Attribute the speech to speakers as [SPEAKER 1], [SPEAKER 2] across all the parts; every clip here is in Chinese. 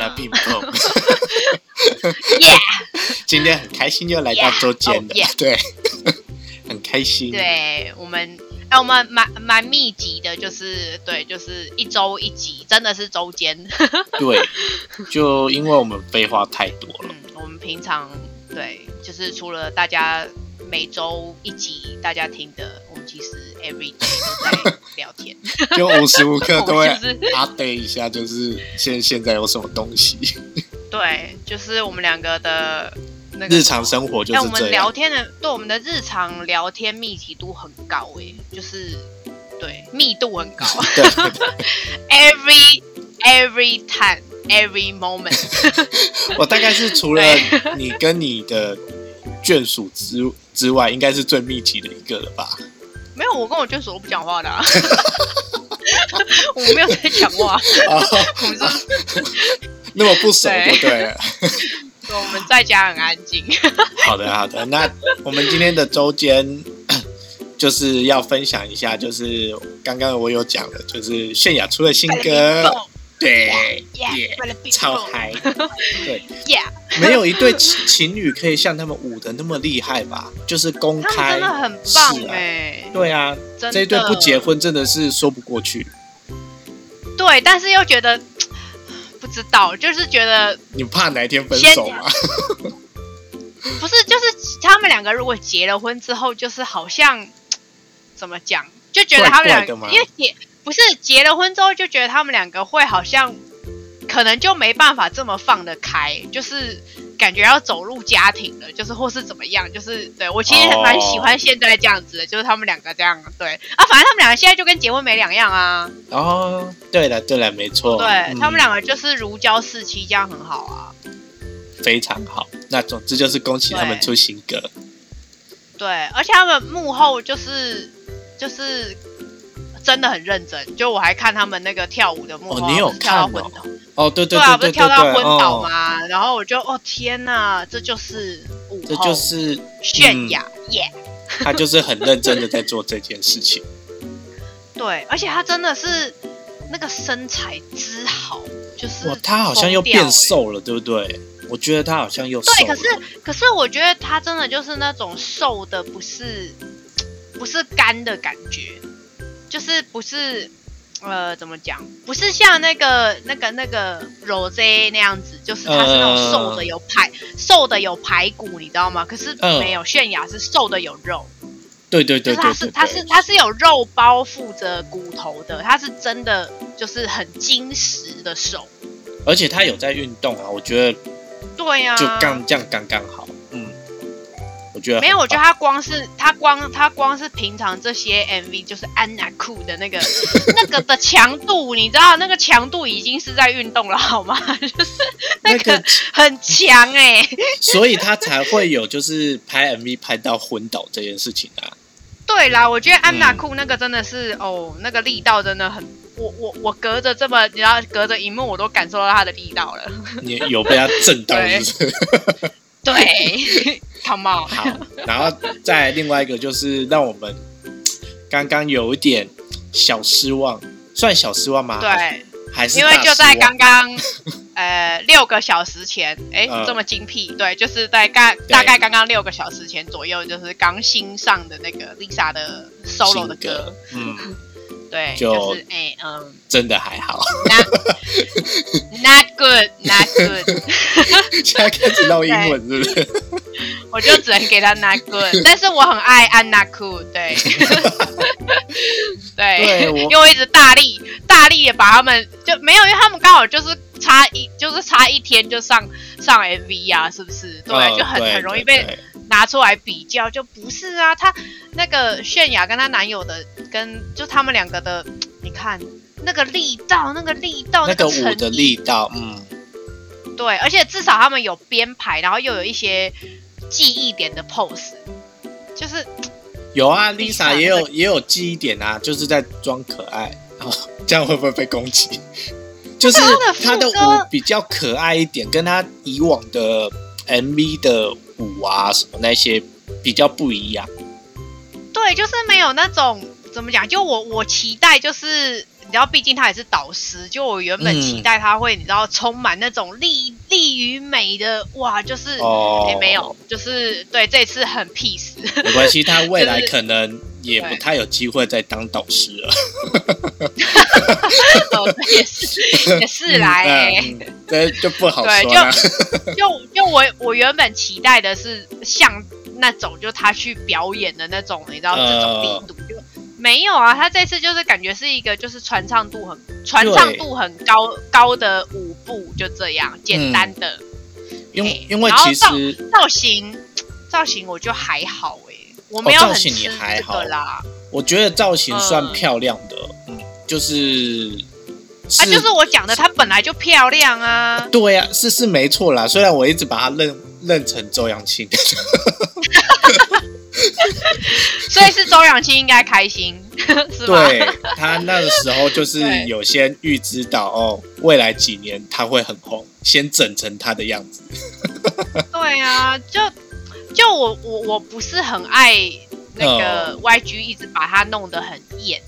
[SPEAKER 1] 啊
[SPEAKER 2] 乒乓。
[SPEAKER 1] Yeah，
[SPEAKER 2] 今天很开心又来到周间的
[SPEAKER 1] Yeah, oh,
[SPEAKER 2] 对，很开心。，
[SPEAKER 1] 对我们，哎、我们蛮蛮密集的，就是对，就是一周一集，真的是周间。
[SPEAKER 2] 对，就因为我们废话太多了，
[SPEAKER 1] 嗯，我们平常对，就是除了大家每周一集大家听的，我们其实 every day 都在聊 天，
[SPEAKER 2] 就无时无刻都
[SPEAKER 1] 我
[SPEAKER 2] 会
[SPEAKER 1] 们就是
[SPEAKER 2] 啊对一下，就是现现在有什么东西，
[SPEAKER 1] 对，就是我们两个的那个
[SPEAKER 2] 日常生活就
[SPEAKER 1] 哎，我
[SPEAKER 2] 是这
[SPEAKER 1] 们聊
[SPEAKER 2] 样。
[SPEAKER 1] 天的，对我们的日常聊天密集度很高诶、就是对密度很高
[SPEAKER 2] 对，
[SPEAKER 1] ，every every time every moment，
[SPEAKER 2] 我大概是除了你跟你的眷属之之外，应该是最密集的一个了吧？
[SPEAKER 1] 没有我跟我眷属都不讲话的、啊，我没有在讲话，
[SPEAKER 2] 啊，
[SPEAKER 1] 我们是，
[SPEAKER 2] 那么不熟
[SPEAKER 1] 对
[SPEAKER 2] 就对了。
[SPEAKER 1] 我们在家很安静，
[SPEAKER 2] 好的，好的。那我们今天的周间 就是要分享一下，就是刚刚我有讲的，就是泫雅出了新歌，对，耶，
[SPEAKER 1] yeah，
[SPEAKER 2] 超嗨，对，
[SPEAKER 1] ，yeah，
[SPEAKER 2] 没有一对情情侣可以像他们舞的那么厉害吧？就是公
[SPEAKER 1] 他们
[SPEAKER 2] 开
[SPEAKER 1] 真，的很棒
[SPEAKER 2] 是啊
[SPEAKER 1] 诶、
[SPEAKER 2] 对啊，
[SPEAKER 1] 真的
[SPEAKER 2] 这一对不结婚真的是说不过去。
[SPEAKER 1] 对，但是又觉得不知道，就是觉得
[SPEAKER 2] 你怕哪一天分手吗？
[SPEAKER 1] 不是，就是他们两个如果结了婚之后，就是好像怎么讲，就觉得他们两
[SPEAKER 2] 怪怪的吗
[SPEAKER 1] 个，因为结不是结了婚之后，就觉得他们两个会好像可能就没办法这么放得开，就是感觉要走入家庭了，就是或是怎么样，就是对我其实
[SPEAKER 2] 哦
[SPEAKER 1] 蛮喜欢现在这样子的，就是他们两个这样，对啊，反正他们两个现在就跟结婚没两样啊，
[SPEAKER 2] 哦，对了，对了，没错，
[SPEAKER 1] 对、
[SPEAKER 2] 嗯
[SPEAKER 1] 他们两个就是如胶似漆，这样很好啊。
[SPEAKER 2] 非常好。那总之就是恭喜他们
[SPEAKER 1] 对
[SPEAKER 2] 出新歌，
[SPEAKER 1] 对，而且他们幕后就是就是真的很认真，就我还看他们那个跳舞的幕后，
[SPEAKER 2] 哦你有
[SPEAKER 1] 不是跳到
[SPEAKER 2] 看
[SPEAKER 1] 昏
[SPEAKER 2] 哦
[SPEAKER 1] 倒，
[SPEAKER 2] 哦，对对
[SPEAKER 1] 啊，
[SPEAKER 2] 对
[SPEAKER 1] 不是
[SPEAKER 2] 对
[SPEAKER 1] 跳
[SPEAKER 2] 对
[SPEAKER 1] 到
[SPEAKER 2] 对，
[SPEAKER 1] 昏倒
[SPEAKER 2] 哦，
[SPEAKER 1] 吗？然后我就哦天呐，这就是舞
[SPEAKER 2] 这
[SPEAKER 1] 后
[SPEAKER 2] 就是嗯
[SPEAKER 1] 泫雅耶
[SPEAKER 2] 他就是很认真的在做这件事情，
[SPEAKER 1] 嗯对，而且她真的是那个身材之好，就是
[SPEAKER 2] 哇，他好像又
[SPEAKER 1] 疯掉欸
[SPEAKER 2] 变瘦了，对不对？我觉得他好像又瘦
[SPEAKER 1] 对，
[SPEAKER 2] 了，
[SPEAKER 1] 可是可是我觉得她真的就是那种瘦的，不是不是干的感觉，就是不是呃怎么讲，不是像那个那个那个 Rose 那样子，就是她是那种瘦的有排、瘦的有排骨，你知道吗？可是
[SPEAKER 2] 嗯
[SPEAKER 1] 没有泫雅是瘦的有肉，
[SPEAKER 2] 对嗯对
[SPEAKER 1] 就
[SPEAKER 2] 对
[SPEAKER 1] 是她
[SPEAKER 2] 对
[SPEAKER 1] 是
[SPEAKER 2] 对，
[SPEAKER 1] 她是她是有肉包覆着骨头的，她是真的就是很精实的瘦。
[SPEAKER 2] 对而且他有在运动啊，我觉得
[SPEAKER 1] 对啊呀、
[SPEAKER 2] 就刚这样刚刚好，嗯，我觉得
[SPEAKER 1] 没有，我觉得
[SPEAKER 2] 得
[SPEAKER 1] 他光是他光他光是平常这些 MV 就是安娜酷的那个那个的强度，你知道那个强度已经是在运动了好吗？ 就是
[SPEAKER 2] 那
[SPEAKER 1] 那
[SPEAKER 2] 个，
[SPEAKER 1] 很强哎、
[SPEAKER 2] 所以他才会有就是拍 MV 拍到昏倒这件事情啊，
[SPEAKER 1] 对啦，我觉得安娜酷那个真的是、哦，那个力道真的很。我我我隔着这么，你知道，隔着荧幕我都感受到他的力道了。
[SPEAKER 2] 你有被他震到是不是？
[SPEAKER 1] 对，Come on，
[SPEAKER 2] 好，然后再另外一个就是让我们刚刚有一点小失望，算小失望吗？，
[SPEAKER 1] 对，
[SPEAKER 2] 还是
[SPEAKER 1] 因为
[SPEAKER 2] 大啊
[SPEAKER 1] 就
[SPEAKER 2] 失
[SPEAKER 1] 在
[SPEAKER 2] 望
[SPEAKER 1] 刚刚，呃，六个小时 前，哎、
[SPEAKER 2] 嗯
[SPEAKER 1] 这么精辟，对，就是在大大概刚刚六个小时前左右，就是刚新上的那个 Lisa 的 solo
[SPEAKER 2] 新
[SPEAKER 1] 的
[SPEAKER 2] 歌
[SPEAKER 1] 歌，，
[SPEAKER 2] 嗯，
[SPEAKER 1] 对，
[SPEAKER 2] 就
[SPEAKER 1] 就是哎、嗯
[SPEAKER 2] 真的还好，
[SPEAKER 1] ，not good，not good，
[SPEAKER 2] 现在开始唠英 文是不是？
[SPEAKER 1] 我就只能给他 not good，但是我很爱安娜酷，对，
[SPEAKER 2] 对我
[SPEAKER 1] 因为我一直大力大力的把他们就没有，因为他们刚好就是差一就是差一天就上上 MV 呀、啊，是不是？对，
[SPEAKER 2] 嗯
[SPEAKER 1] 就很
[SPEAKER 2] 对
[SPEAKER 1] 很容易
[SPEAKER 2] 对
[SPEAKER 1] 被
[SPEAKER 2] 对
[SPEAKER 1] 拿出来比较，就不是啊，她那个泫雅跟她男友的跟就他们两个的，你看那个力道，那个力道，
[SPEAKER 2] 那
[SPEAKER 1] 个
[SPEAKER 2] 个
[SPEAKER 1] 诚
[SPEAKER 2] 舞的
[SPEAKER 1] 意
[SPEAKER 2] 力道，嗯，
[SPEAKER 1] 对，而且至少他们有编排，然后又有一些记忆点的 pose，就是
[SPEAKER 2] 有啊
[SPEAKER 1] Lisa
[SPEAKER 2] ，Lisa 也有
[SPEAKER 1] 嗯那
[SPEAKER 2] 也有记忆点啊，就是在装可爱， 哦，这样会不会被攻击？就是她
[SPEAKER 1] 她的
[SPEAKER 2] 的
[SPEAKER 1] 副歌
[SPEAKER 2] 舞比较可爱一点，跟她以往的 MV 的舞啊什么那些比较不一样。
[SPEAKER 1] 对，就是没有那种怎么讲，就我我期待就是你知道，毕竟他也是导师，就我原本
[SPEAKER 2] 嗯
[SPEAKER 1] 期待他会，你知道，充满那种力力与美的，哇，就是
[SPEAKER 2] 哦
[SPEAKER 1] 诶没有，就是对这次很 peace，
[SPEAKER 2] 没关系，他未来
[SPEAKER 1] 就是
[SPEAKER 2] 可能也不太有机会再当导师了。
[SPEAKER 1] 呃也是也是啦，诶
[SPEAKER 2] 嗯，嗯这就不好
[SPEAKER 1] 对
[SPEAKER 2] 说了。
[SPEAKER 1] 就就我我原本期待的是像那种，就他去表演的那种，你知道这
[SPEAKER 2] 呃
[SPEAKER 1] 种力度、就没有啊。他这次就是感觉是一个就是传唱度很传唱度很高高的舞步，就这样简单的、
[SPEAKER 2] 因
[SPEAKER 1] 嘿
[SPEAKER 2] 为因为
[SPEAKER 1] 哎然后
[SPEAKER 2] 其实
[SPEAKER 1] 造型，造型我就还好哎、我
[SPEAKER 2] 哦
[SPEAKER 1] 没有
[SPEAKER 2] 造
[SPEAKER 1] 很吃
[SPEAKER 2] 型你还
[SPEAKER 1] 这
[SPEAKER 2] 好
[SPEAKER 1] 个啦，啊
[SPEAKER 2] 我觉得造型算
[SPEAKER 1] 嗯
[SPEAKER 2] 漂亮的，嗯，就是
[SPEAKER 1] 啊，就是我讲的，她本来就漂亮啊，
[SPEAKER 2] 对呀、是是没错啦。虽然我一直把他认认成周扬青，
[SPEAKER 1] 所以是周扬青应该开心 是吧？
[SPEAKER 2] 对他那个时候就 是
[SPEAKER 1] 对
[SPEAKER 2] 有先预知到哦，未来几年他会很红，先整成他的样子。
[SPEAKER 1] 对啊，就就我我我不是很爱那
[SPEAKER 2] 嗯
[SPEAKER 1] 个 YG，一直把它弄得很艳。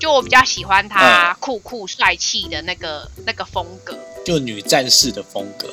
[SPEAKER 1] 就我比较喜欢
[SPEAKER 2] 嗯
[SPEAKER 1] 他酷酷帅气的那个那个风格，
[SPEAKER 2] 就女战士的风格，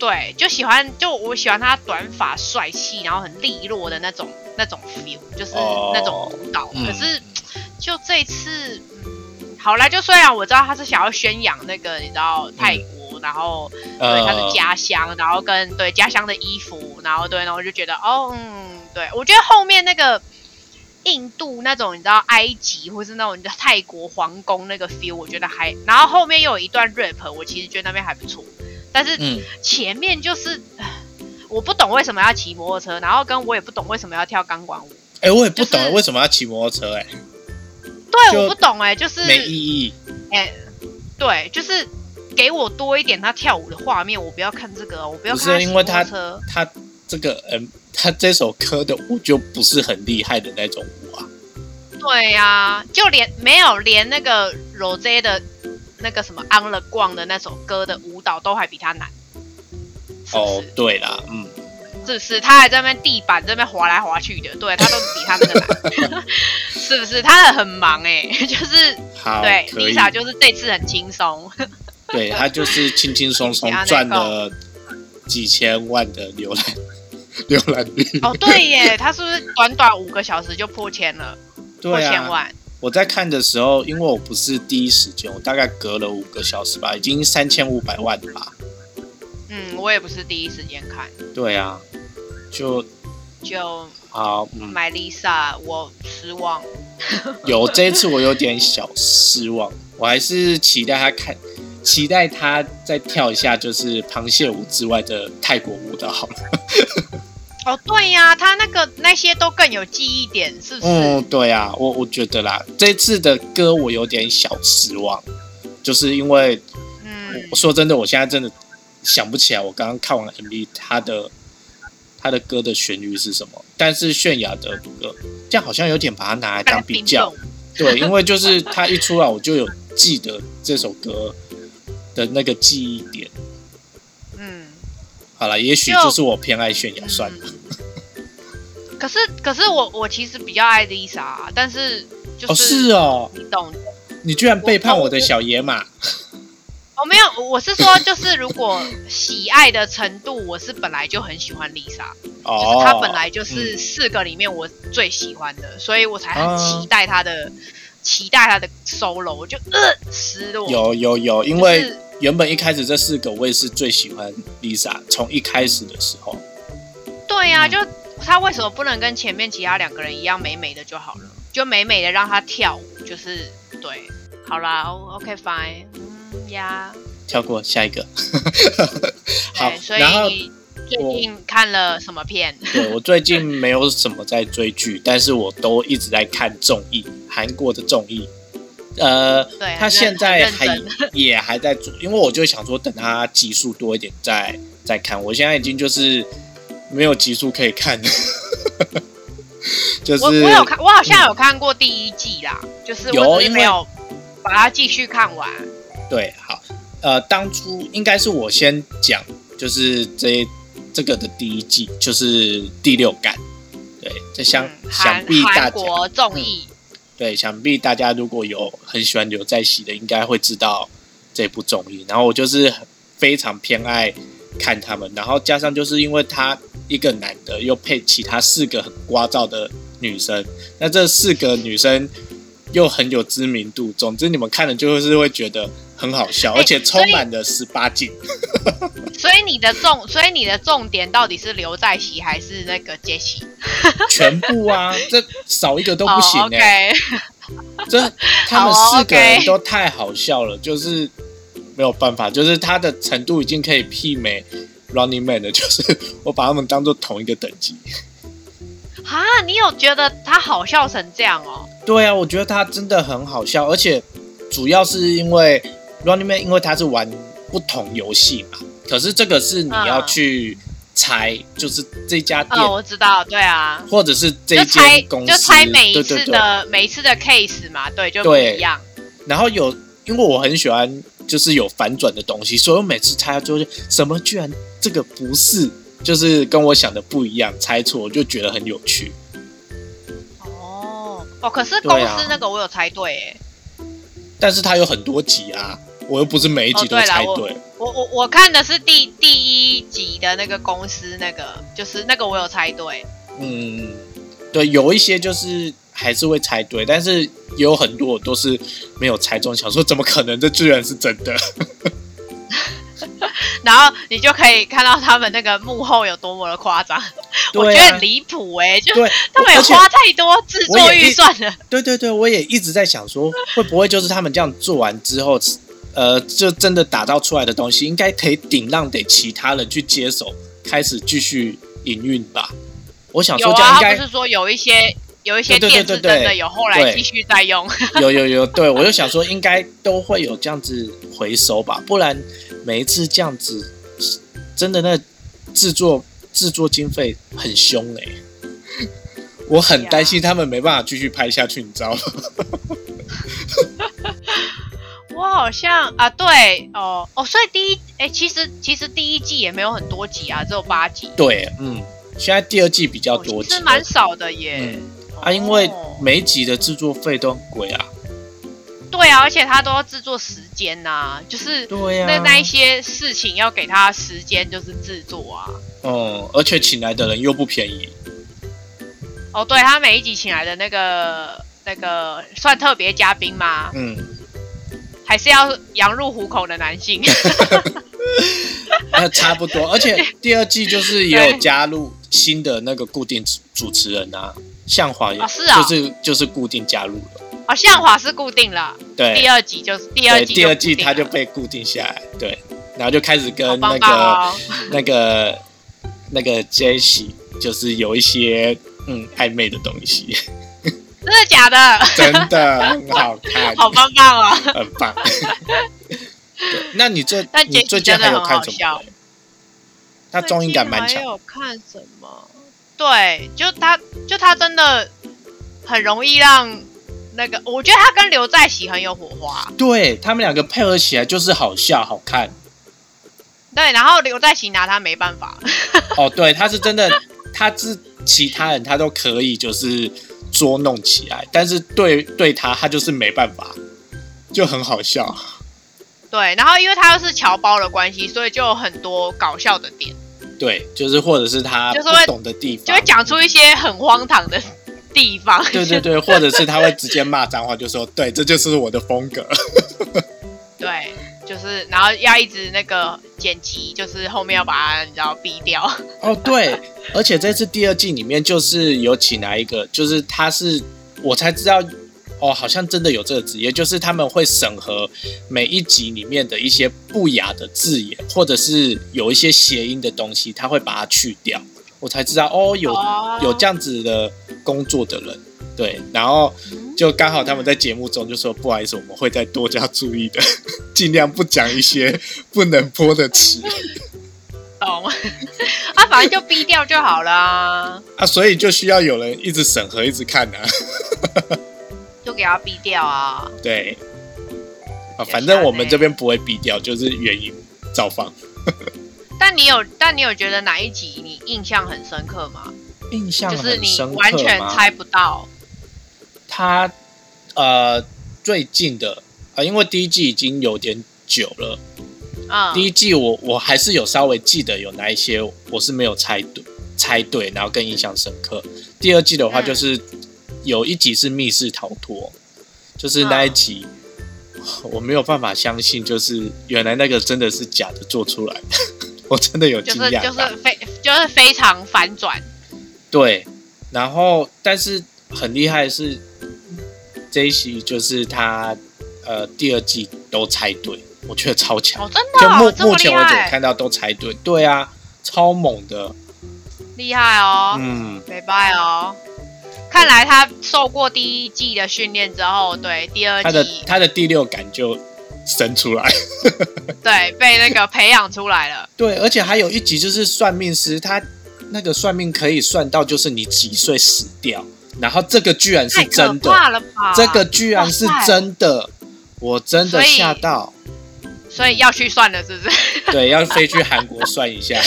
[SPEAKER 1] 对，就喜欢就我喜欢他短发帅气，然后很利落的那种那种 feel，就是
[SPEAKER 2] 哦
[SPEAKER 1] 那种舞蹈。
[SPEAKER 2] 嗯
[SPEAKER 1] 可是就这次，嗯，好啦，就虽然我知道他是想要宣扬那个你知道
[SPEAKER 2] 嗯
[SPEAKER 1] 泰国，然后
[SPEAKER 2] 呃
[SPEAKER 1] 对他的家乡，然后跟对家乡的衣服，然后对，然后我就觉得哦，嗯，对我觉得后面那个印度那种你知道埃及或是那种你知道泰国皇宫那个 feel，我觉得还，然后后面又有一段 rap，我其实觉得那边还不错，但是
[SPEAKER 2] 嗯，
[SPEAKER 1] 前面就是。唉我不懂为什么要骑摩托车，然后跟我也不懂为什么要跳钢管舞。
[SPEAKER 2] 哎、我也不懂
[SPEAKER 1] 就是
[SPEAKER 2] 为什么要骑摩托车、哎，
[SPEAKER 1] 对，
[SPEAKER 2] 就
[SPEAKER 1] 我不懂哎、就是
[SPEAKER 2] 没意义。
[SPEAKER 1] 哎、对，就是给我多一点他跳舞的画面，我不要看这个哦，我不要
[SPEAKER 2] 不
[SPEAKER 1] 看
[SPEAKER 2] 是
[SPEAKER 1] 骑
[SPEAKER 2] 因
[SPEAKER 1] 摩
[SPEAKER 2] 为
[SPEAKER 1] 托
[SPEAKER 2] 他
[SPEAKER 1] 车。
[SPEAKER 2] 他这个，嗯，他这首歌的舞就不是很厉害的那种舞啊。
[SPEAKER 1] 对呀、就连没有连那个 Rose 的那个什么 On the Ground 的那首歌的舞蹈都还比他难，是不
[SPEAKER 2] 哦
[SPEAKER 1] 是？，
[SPEAKER 2] 对啦，嗯，
[SPEAKER 1] 是不是？他还在那边地板这边滑来滑去的，对他都比他那个难， 是不是？他很忙哎、 就是
[SPEAKER 2] 好，
[SPEAKER 1] 对
[SPEAKER 2] 可以，
[SPEAKER 1] Lisa 就是这次很轻松，
[SPEAKER 2] 对他就是轻轻 松松
[SPEAKER 1] Lisa
[SPEAKER 2] 赚了几千万的浏览 浏览 率。
[SPEAKER 1] 哦对耶，他是不是短短五个小时就破千了？破
[SPEAKER 2] 对
[SPEAKER 1] 千
[SPEAKER 2] 啊，
[SPEAKER 1] 万，
[SPEAKER 2] 我在看的时候，因为我不是第一时间，我大概隔了五个小时吧，已经三千五百万了吧。
[SPEAKER 1] 嗯，我也不是第一时间看，
[SPEAKER 2] 对啊，就
[SPEAKER 1] 就
[SPEAKER 2] 好，嗯，
[SPEAKER 1] 买 Lisa，我失望。
[SPEAKER 2] 有这一次我有点小失望，我还是期待他看，期待他再跳一下就是螃蟹舞之外的泰国舞蹈好了。
[SPEAKER 1] 哦，对呀、他那个那些都更有记忆点，是不是？
[SPEAKER 2] 嗯，对啊，我我觉得啦，这次的歌我有点小失望，就是因为
[SPEAKER 1] 嗯，
[SPEAKER 2] 我说真的，我现在真的想不起来，我刚刚看完 MV 他的他的歌的旋律是什么，但是泫雅的歌，这样好像有点把它拿来
[SPEAKER 1] 他
[SPEAKER 2] 当
[SPEAKER 1] 的
[SPEAKER 2] 比
[SPEAKER 1] 品
[SPEAKER 2] 较
[SPEAKER 1] 种，，
[SPEAKER 2] 对，因为就是他一出来，我就有记得这首歌的那个记忆点。
[SPEAKER 1] 嗯，
[SPEAKER 2] 好了，也许
[SPEAKER 1] 就
[SPEAKER 2] 就是我偏爱泫雅，算了。
[SPEAKER 1] 嗯可是可是我我其实比较爱 Lisa，但啊是就是、
[SPEAKER 2] 哦，是哦，
[SPEAKER 1] 你懂。
[SPEAKER 2] 你居然背叛我的小野马。
[SPEAKER 1] 我、没有，我是说，就是如果喜爱的程度，我是本来就很喜欢 Lisa，、就
[SPEAKER 2] 哦，
[SPEAKER 1] 是她本来就是四个里面我最喜欢的，所以我才
[SPEAKER 2] 啊
[SPEAKER 1] 很期待她的、期待她的 solo，我就呃失落。
[SPEAKER 2] 有有有，因
[SPEAKER 1] 就
[SPEAKER 2] 为
[SPEAKER 1] 是
[SPEAKER 2] 原本一开始这四个我也是最喜欢 Lisa，从一开始的时候，
[SPEAKER 1] 对呀、
[SPEAKER 2] 嗯
[SPEAKER 1] 就他为什么不能跟前面其他两个人一样美美的就好了？就美美的让他跳舞，就是对，好啦哦，OK fine，嗯呀，
[SPEAKER 2] 跳过下一个。 好
[SPEAKER 1] 对，，所
[SPEAKER 2] 然后
[SPEAKER 1] 以最近看了什么片？
[SPEAKER 2] 对我最近没有什么在追剧，但是我都一直在看综艺，韩国的综艺。呃，
[SPEAKER 1] 对，
[SPEAKER 2] 他现在
[SPEAKER 1] 很
[SPEAKER 2] 还
[SPEAKER 1] 认真
[SPEAKER 2] 也还在做，因为我就想说等他集数多一点再再看。我现在已经就是没有集数可以看， 就
[SPEAKER 1] 我
[SPEAKER 2] 是嗯
[SPEAKER 1] 我有看，我好像有看过第一季啦，就是
[SPEAKER 2] 有
[SPEAKER 1] 我只是
[SPEAKER 2] 因为
[SPEAKER 1] 没有把它继续看完。
[SPEAKER 2] 对，好，呃，当初应该是我先讲，就是这这个的第一季，就是第六感，对，这相、
[SPEAKER 1] 嗯，
[SPEAKER 2] 想
[SPEAKER 1] 韩
[SPEAKER 2] 必大
[SPEAKER 1] 韩
[SPEAKER 2] 家嗯
[SPEAKER 1] 国综艺，
[SPEAKER 2] 对，想必大家如果有很喜欢刘在熙的，应该会知道这部综艺。然后我就是非常偏爱看他们，然后加上就是因为他一个男的又配其他四个很聒噪的女生，那这四个女生又很有知名度。总之，你们看了就是会觉得很好笑，
[SPEAKER 1] 哎
[SPEAKER 2] 而且充满了十八禁。
[SPEAKER 1] 所以你的重，所以你的重点到底是刘在熙还是那个杰西？
[SPEAKER 2] 全部啊，这少一个都
[SPEAKER 1] 都
[SPEAKER 2] 不行
[SPEAKER 1] 哦、
[SPEAKER 2] 哎、
[SPEAKER 1] OK，
[SPEAKER 2] 这他们
[SPEAKER 1] 好哦
[SPEAKER 2] 四个人
[SPEAKER 1] OK
[SPEAKER 2] 都太好笑了，就是没有办法，就是他的程度已经可以媲美 Running Man 了，就是 我把他们当做同一个等级。
[SPEAKER 1] 哈，你有觉得他好笑成这样哦？
[SPEAKER 2] 对啊，我觉得他真的很好笑，而且主要是因为 Running Man，因为他是玩不同游戏嘛，可是这个是你要
[SPEAKER 1] 嗯
[SPEAKER 2] 去猜，就是这家店、
[SPEAKER 1] 嗯，我知道，对啊，
[SPEAKER 2] 或者是这
[SPEAKER 1] 就猜
[SPEAKER 2] 间公司，
[SPEAKER 1] 就猜每一次的
[SPEAKER 2] 对对对
[SPEAKER 1] 每一次的 case 嘛，对，就不
[SPEAKER 2] 对
[SPEAKER 1] 一样。
[SPEAKER 2] 然后有，因为我很喜欢就是有反转的东西，所以我每次猜到最后就什么居然这个不是，就是跟我想的不一样，猜错我就觉得很有趣。
[SPEAKER 1] 哦哦，可是
[SPEAKER 2] 对啊
[SPEAKER 1] 公司那个我有猜对哎、
[SPEAKER 2] 但是它有很多集啊，我又不是每一集
[SPEAKER 1] 哦
[SPEAKER 2] 都
[SPEAKER 1] 对啦
[SPEAKER 2] 猜
[SPEAKER 1] 我
[SPEAKER 2] 对。
[SPEAKER 1] 我我我看的是第第一集的那个公司那个，就是那个我有猜对，
[SPEAKER 2] 嗯，对，有一些就是还是会猜对，但是也有很多我都是没有猜中，想说怎么可能这居然是真 的？
[SPEAKER 1] 然后你就可以看到他们那个幕后有多么的夸张，我
[SPEAKER 2] 对
[SPEAKER 1] 觉得
[SPEAKER 2] 啊
[SPEAKER 1] 很，离谱哎，就
[SPEAKER 2] 对，啊
[SPEAKER 1] 他们也
[SPEAKER 2] 而且
[SPEAKER 1] 花太多制作预算了。
[SPEAKER 2] 对对对，我也一直在想说，会不会就是他们这样做完之后，呃，就真的打造出来的东西，应该可以顶让给其他人去接手，开始继续营运吧。我想
[SPEAKER 1] 有
[SPEAKER 2] 说，这样
[SPEAKER 1] 啊，
[SPEAKER 2] 应
[SPEAKER 1] 他
[SPEAKER 2] 该
[SPEAKER 1] 不是说有一些有一些
[SPEAKER 2] 对对
[SPEAKER 1] 店
[SPEAKER 2] 对
[SPEAKER 1] 是
[SPEAKER 2] 对对
[SPEAKER 1] 真的有后来
[SPEAKER 2] 对
[SPEAKER 1] 继续在用，
[SPEAKER 2] 有有有，对我就想说应该都会有这样子回收吧，不然每一次这样子，真的那制作制作经费很凶哎、我很担
[SPEAKER 1] 啊
[SPEAKER 2] 心他们没办法继续拍下去，你知道吗？
[SPEAKER 1] 我好像啊，对哦哦，所以第一哎，其实其实第一季也没有很多集啊，只有八集，
[SPEAKER 2] 对，嗯，现在第二季比较
[SPEAKER 1] 哦
[SPEAKER 2] 多集
[SPEAKER 1] 其
[SPEAKER 2] 了，
[SPEAKER 1] 实蛮少的耶。
[SPEAKER 2] 啊，因为
[SPEAKER 1] 哦
[SPEAKER 2] 每一集的制作费都很贵啊。
[SPEAKER 1] 对啊，而且他都要制作时间呐、就是
[SPEAKER 2] 对啊
[SPEAKER 1] 那那一些事情要给他时间，就是制作啊。
[SPEAKER 2] 嗯，而且请来的人又不便宜。
[SPEAKER 1] 哦，对他每一集请来的那个那个算特别嘉宾吗？
[SPEAKER 2] 嗯，
[SPEAKER 1] 还是要羊入虎口的男性？
[SPEAKER 2] 那差不多。而且第二季就是也有加入新的那个固定主主持人啊，向华也、
[SPEAKER 1] 哦是啊
[SPEAKER 2] 就是就是固定加入了。
[SPEAKER 1] 哦，向华是固定了，第
[SPEAKER 2] 对，
[SPEAKER 1] 二集就是第二
[SPEAKER 2] 哎对，
[SPEAKER 1] 季
[SPEAKER 2] 第二季
[SPEAKER 1] 固定
[SPEAKER 2] 他就
[SPEAKER 1] 了
[SPEAKER 2] 被固定下来，对，然后就开始
[SPEAKER 1] 好
[SPEAKER 2] 跟那
[SPEAKER 1] 棒
[SPEAKER 2] 个
[SPEAKER 1] 棒哦，
[SPEAKER 2] 那个那个 Jesse 就是有一些嗯暧昧的东 西，
[SPEAKER 1] 真的假的？
[SPEAKER 2] 真的很好看，
[SPEAKER 1] 好棒棒哦！
[SPEAKER 2] 很棒。对那你 这
[SPEAKER 1] 但
[SPEAKER 2] 你
[SPEAKER 1] 结
[SPEAKER 2] 最
[SPEAKER 1] 局
[SPEAKER 2] 近
[SPEAKER 1] 真的
[SPEAKER 2] 还有
[SPEAKER 1] 很
[SPEAKER 2] 看
[SPEAKER 1] 好
[SPEAKER 2] 什
[SPEAKER 1] 笑
[SPEAKER 2] 么？。他综艺感蛮
[SPEAKER 1] 最近
[SPEAKER 2] 强
[SPEAKER 1] 还，有看什么？对，就他，就他真的很容易让那个，我觉得他跟刘在熙很有火花。
[SPEAKER 2] 对他们两个配合起来就是好笑好看。
[SPEAKER 1] 对，然后刘在熙拿他没办法。
[SPEAKER 2] 哦，对，他是真的，他是其他人他都可以就是捉弄起来，但是对对他他就是没办法，就很好笑。
[SPEAKER 1] 对，然后因为他又是侨胞的关系，所以就有很多搞笑的点，
[SPEAKER 2] 对，就是或者是他
[SPEAKER 1] 就是
[SPEAKER 2] 不
[SPEAKER 1] 会
[SPEAKER 2] 懂的地方，
[SPEAKER 1] 就会讲出一些很荒唐的地方。
[SPEAKER 2] 对对对，或者是他会直接骂脏话，就说对，这就是我的风格。
[SPEAKER 1] 对，就是然后要一直那个剪辑，就是后面要把它你知道逼掉。
[SPEAKER 2] 哦，对，而且这次第二季里面就是有请来一个，就是他是我才知道，哦，好像真的有这个职业，就是他们会审核每一集里面的一些不雅的字眼，或者是有一些谐音的东西，他会把它去掉。我才知道哦，有
[SPEAKER 1] 哦
[SPEAKER 2] 有这样子的工作的人，对，然后就刚好他们在节目中就说，不好意思，我们会再多加注意的， 尽量不讲一些不能播的词。
[SPEAKER 1] 懂啊，反正就逼掉就好啦，
[SPEAKER 2] 啊，所以就需要有人一直审核，一直看 啊。
[SPEAKER 1] 就给他逼掉啊。
[SPEAKER 2] 对，啊，
[SPEAKER 1] 有
[SPEAKER 2] 反正
[SPEAKER 1] 差
[SPEAKER 2] 我们
[SPEAKER 1] 呢
[SPEAKER 2] 这边不会逼掉，就是原因照放。
[SPEAKER 1] 但你有，但你有觉得哪一集你印象很深刻吗？
[SPEAKER 2] 印象
[SPEAKER 1] 就是
[SPEAKER 2] 很
[SPEAKER 1] 你
[SPEAKER 2] 深刻
[SPEAKER 1] 完全
[SPEAKER 2] 吗
[SPEAKER 1] 猜不到，
[SPEAKER 2] 他呃最近的啊、呃因为第一季已经有点久了，
[SPEAKER 1] 啊，
[SPEAKER 2] 第一季我我还是有稍微记得有哪一些我是没有猜对猜对，然后更印象深刻。第二季的话
[SPEAKER 1] 嗯
[SPEAKER 2] 就是有一集是密室逃脱，就是那一
[SPEAKER 1] 嗯
[SPEAKER 2] 集。我没有办法相信，就是原来那个真的是假的做出来的， 我真的有
[SPEAKER 1] 就
[SPEAKER 2] 惊
[SPEAKER 1] 是
[SPEAKER 2] 讶到。
[SPEAKER 1] 就是非就是非常反转，
[SPEAKER 2] 对，然后但是很厉害的是这一期就是他呃第二季都猜对，我觉得超强。
[SPEAKER 1] 哦，真的
[SPEAKER 2] 就
[SPEAKER 1] 哦、这
[SPEAKER 2] 目
[SPEAKER 1] 么
[SPEAKER 2] 目前
[SPEAKER 1] 厉
[SPEAKER 2] 为止我
[SPEAKER 1] 害，
[SPEAKER 2] 看到都猜对，对啊，超猛的，
[SPEAKER 1] 厉害哦，
[SPEAKER 2] 嗯，
[SPEAKER 1] 没拜哦。看来他受过第一季的训练之后，对第二
[SPEAKER 2] 他的
[SPEAKER 1] 季，
[SPEAKER 2] 他的第六感就生 出来。
[SPEAKER 1] 对被那个培养出来了。
[SPEAKER 2] 对，而且还有一集就是算命师，他那个算命可以算到就是你几岁死掉，然后这个居然 是
[SPEAKER 1] 太可
[SPEAKER 2] 真的，
[SPEAKER 1] 怕了吧！
[SPEAKER 2] 这个，居然是
[SPEAKER 1] 哇塞
[SPEAKER 2] 真的，我真的
[SPEAKER 1] 所以
[SPEAKER 2] 吓到。
[SPEAKER 1] 所以要去算了，是不是？
[SPEAKER 2] 对，要飞去韩国算一下。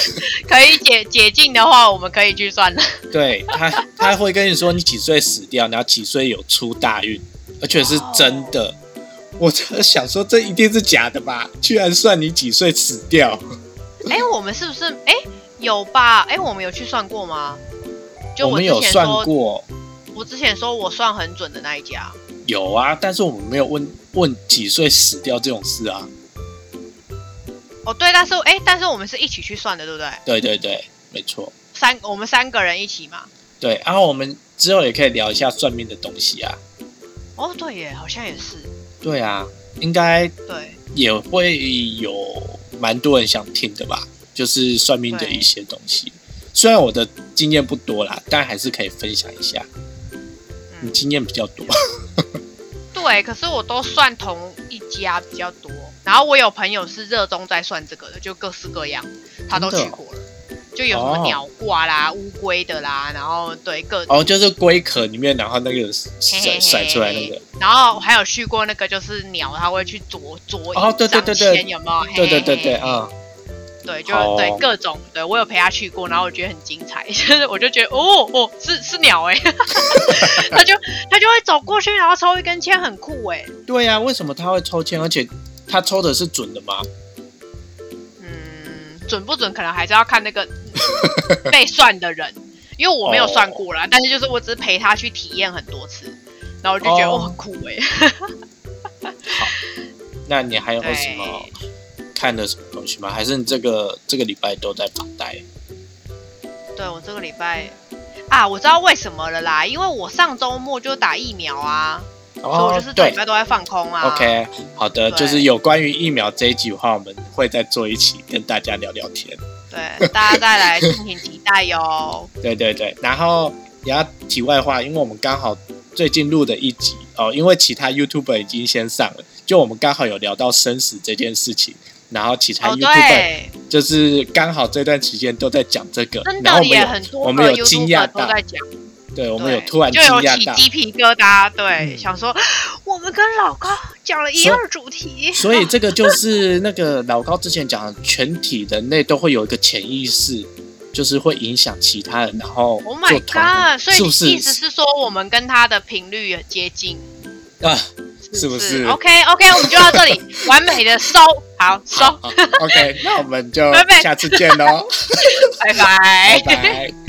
[SPEAKER 1] 可以解解禁的话，我们可以去算 了。
[SPEAKER 2] 对他，他会跟你说你几岁死掉，然后几岁有出大运，而且是真的。我就想说，这一定是假的吧？居然算你几岁死掉？
[SPEAKER 1] 哎、我们是不是？哎、有吧？哎、我们有去算过吗？就
[SPEAKER 2] 我们
[SPEAKER 1] 之
[SPEAKER 2] 有
[SPEAKER 1] 前
[SPEAKER 2] 算
[SPEAKER 1] 说，
[SPEAKER 2] 过，
[SPEAKER 1] 我之前说我算很准的那一家，
[SPEAKER 2] 有啊，但是我们没有问问几岁死掉这种事啊。
[SPEAKER 1] 哦对，但是哎、但是我们是一起去算的，对不对？
[SPEAKER 2] 对对对，没错。
[SPEAKER 1] 三我们三个人一起嘛。
[SPEAKER 2] 对，然、后我们之后也可以聊一下算命的东西啊。
[SPEAKER 1] 哦，对耶，好像也是，
[SPEAKER 2] 对啊，应该
[SPEAKER 1] 对
[SPEAKER 2] 也会有蛮多人想听的吧，就是算命的
[SPEAKER 1] 对
[SPEAKER 2] 一些东西。虽然我的经验不多啦，但还是可以分享一下。
[SPEAKER 1] 嗯
[SPEAKER 2] 你经验比较 多，
[SPEAKER 1] 对。可是我都算同一家比较多，然后我有朋友是热衷在算这个的，就各式各样，他都
[SPEAKER 2] 真的
[SPEAKER 1] 去
[SPEAKER 2] 哦
[SPEAKER 1] 过了。就有什么
[SPEAKER 2] 哦
[SPEAKER 1] 鸟卦啦、乌龟的啦，然后对各
[SPEAKER 2] 哦，就是龟壳里面，然后那个
[SPEAKER 1] 嘿
[SPEAKER 2] 甩
[SPEAKER 1] 嘿
[SPEAKER 2] 甩出来那个，
[SPEAKER 1] 然后还有去过那个就是鸟，它会去啄啄
[SPEAKER 2] 哦对对对
[SPEAKER 1] 一张
[SPEAKER 2] 对
[SPEAKER 1] 签有没有？
[SPEAKER 2] 对对对
[SPEAKER 1] 嘿
[SPEAKER 2] 对，啊、
[SPEAKER 1] 对，就
[SPEAKER 2] 好哦
[SPEAKER 1] 对各种，对我有陪他去过，然后我觉得很精彩， 就是我就觉得哦哦是是鸟哎、欸， 他就他就会走过去，然后抽一根签，很酷哎、
[SPEAKER 2] 对呀、啊，为什么他会抽签？而且他抽的是准的吗？
[SPEAKER 1] 嗯，准不准可能还是要看那 个被算的人，因为我没有算过
[SPEAKER 2] 哦
[SPEAKER 1] 啦，但是就是我只是陪他去体验很多次，然后我就觉得
[SPEAKER 2] 哦
[SPEAKER 1] 哦很酷哎、
[SPEAKER 2] 那你还有
[SPEAKER 1] 对
[SPEAKER 2] 什么看的什么东西吗？还是你这个这个礼拜都在发呆？
[SPEAKER 1] 对我这个礼拜啊，我知道为什么了啦，因为我上周末就打疫苗啊，所以我就
[SPEAKER 2] 哦
[SPEAKER 1] 是，整
[SPEAKER 2] 对
[SPEAKER 1] 礼拜都在放空啊。
[SPEAKER 2] ，OK，好的，
[SPEAKER 1] 对
[SPEAKER 2] 就是有关于疫苗这一集的话，我们会再做一期跟大家聊聊天。
[SPEAKER 1] 对，大家再来敬请期待哦 哟。
[SPEAKER 2] 对对对，然后也要题外话，因为我们刚好最近录的一集哦，因为其他 YouTuber 已经先上了，就我们刚好有聊到生死这件事情，然后其他
[SPEAKER 1] 哦，
[SPEAKER 2] YouTuber
[SPEAKER 1] 对，
[SPEAKER 2] 就是刚好这段时间都在讲这个，
[SPEAKER 1] 真
[SPEAKER 2] 然
[SPEAKER 1] 的
[SPEAKER 2] 后我们
[SPEAKER 1] 也
[SPEAKER 2] 有
[SPEAKER 1] 很多
[SPEAKER 2] 我们
[SPEAKER 1] 个
[SPEAKER 2] 有惊讶
[SPEAKER 1] YouTuber 都
[SPEAKER 2] 到，
[SPEAKER 1] 在讲，
[SPEAKER 2] 对，我们有
[SPEAKER 1] 对
[SPEAKER 2] 突然
[SPEAKER 1] 就
[SPEAKER 2] 惊
[SPEAKER 1] 有起
[SPEAKER 2] 讶到，
[SPEAKER 1] 鸡皮疙瘩，对，
[SPEAKER 2] 嗯
[SPEAKER 1] 想说我们跟老高讲了一样主题，
[SPEAKER 2] 所以这个就是那个老高之前讲的，全体人类都会有一个潜意识，就是会影响其他人，然后
[SPEAKER 1] Oh
[SPEAKER 2] 做
[SPEAKER 1] my
[SPEAKER 2] 同样
[SPEAKER 1] god！所以
[SPEAKER 2] 是不
[SPEAKER 1] 你意思是
[SPEAKER 2] 是
[SPEAKER 1] 说我们跟他的频率很接近，
[SPEAKER 2] 啊？
[SPEAKER 1] 是
[SPEAKER 2] 是不是
[SPEAKER 1] ？OK OK，我们就到这里，完美的收，好收
[SPEAKER 2] 好，好，OK，那我们就
[SPEAKER 1] 拜拜
[SPEAKER 2] 下次见喽，
[SPEAKER 1] 拜拜
[SPEAKER 2] 拜。拜。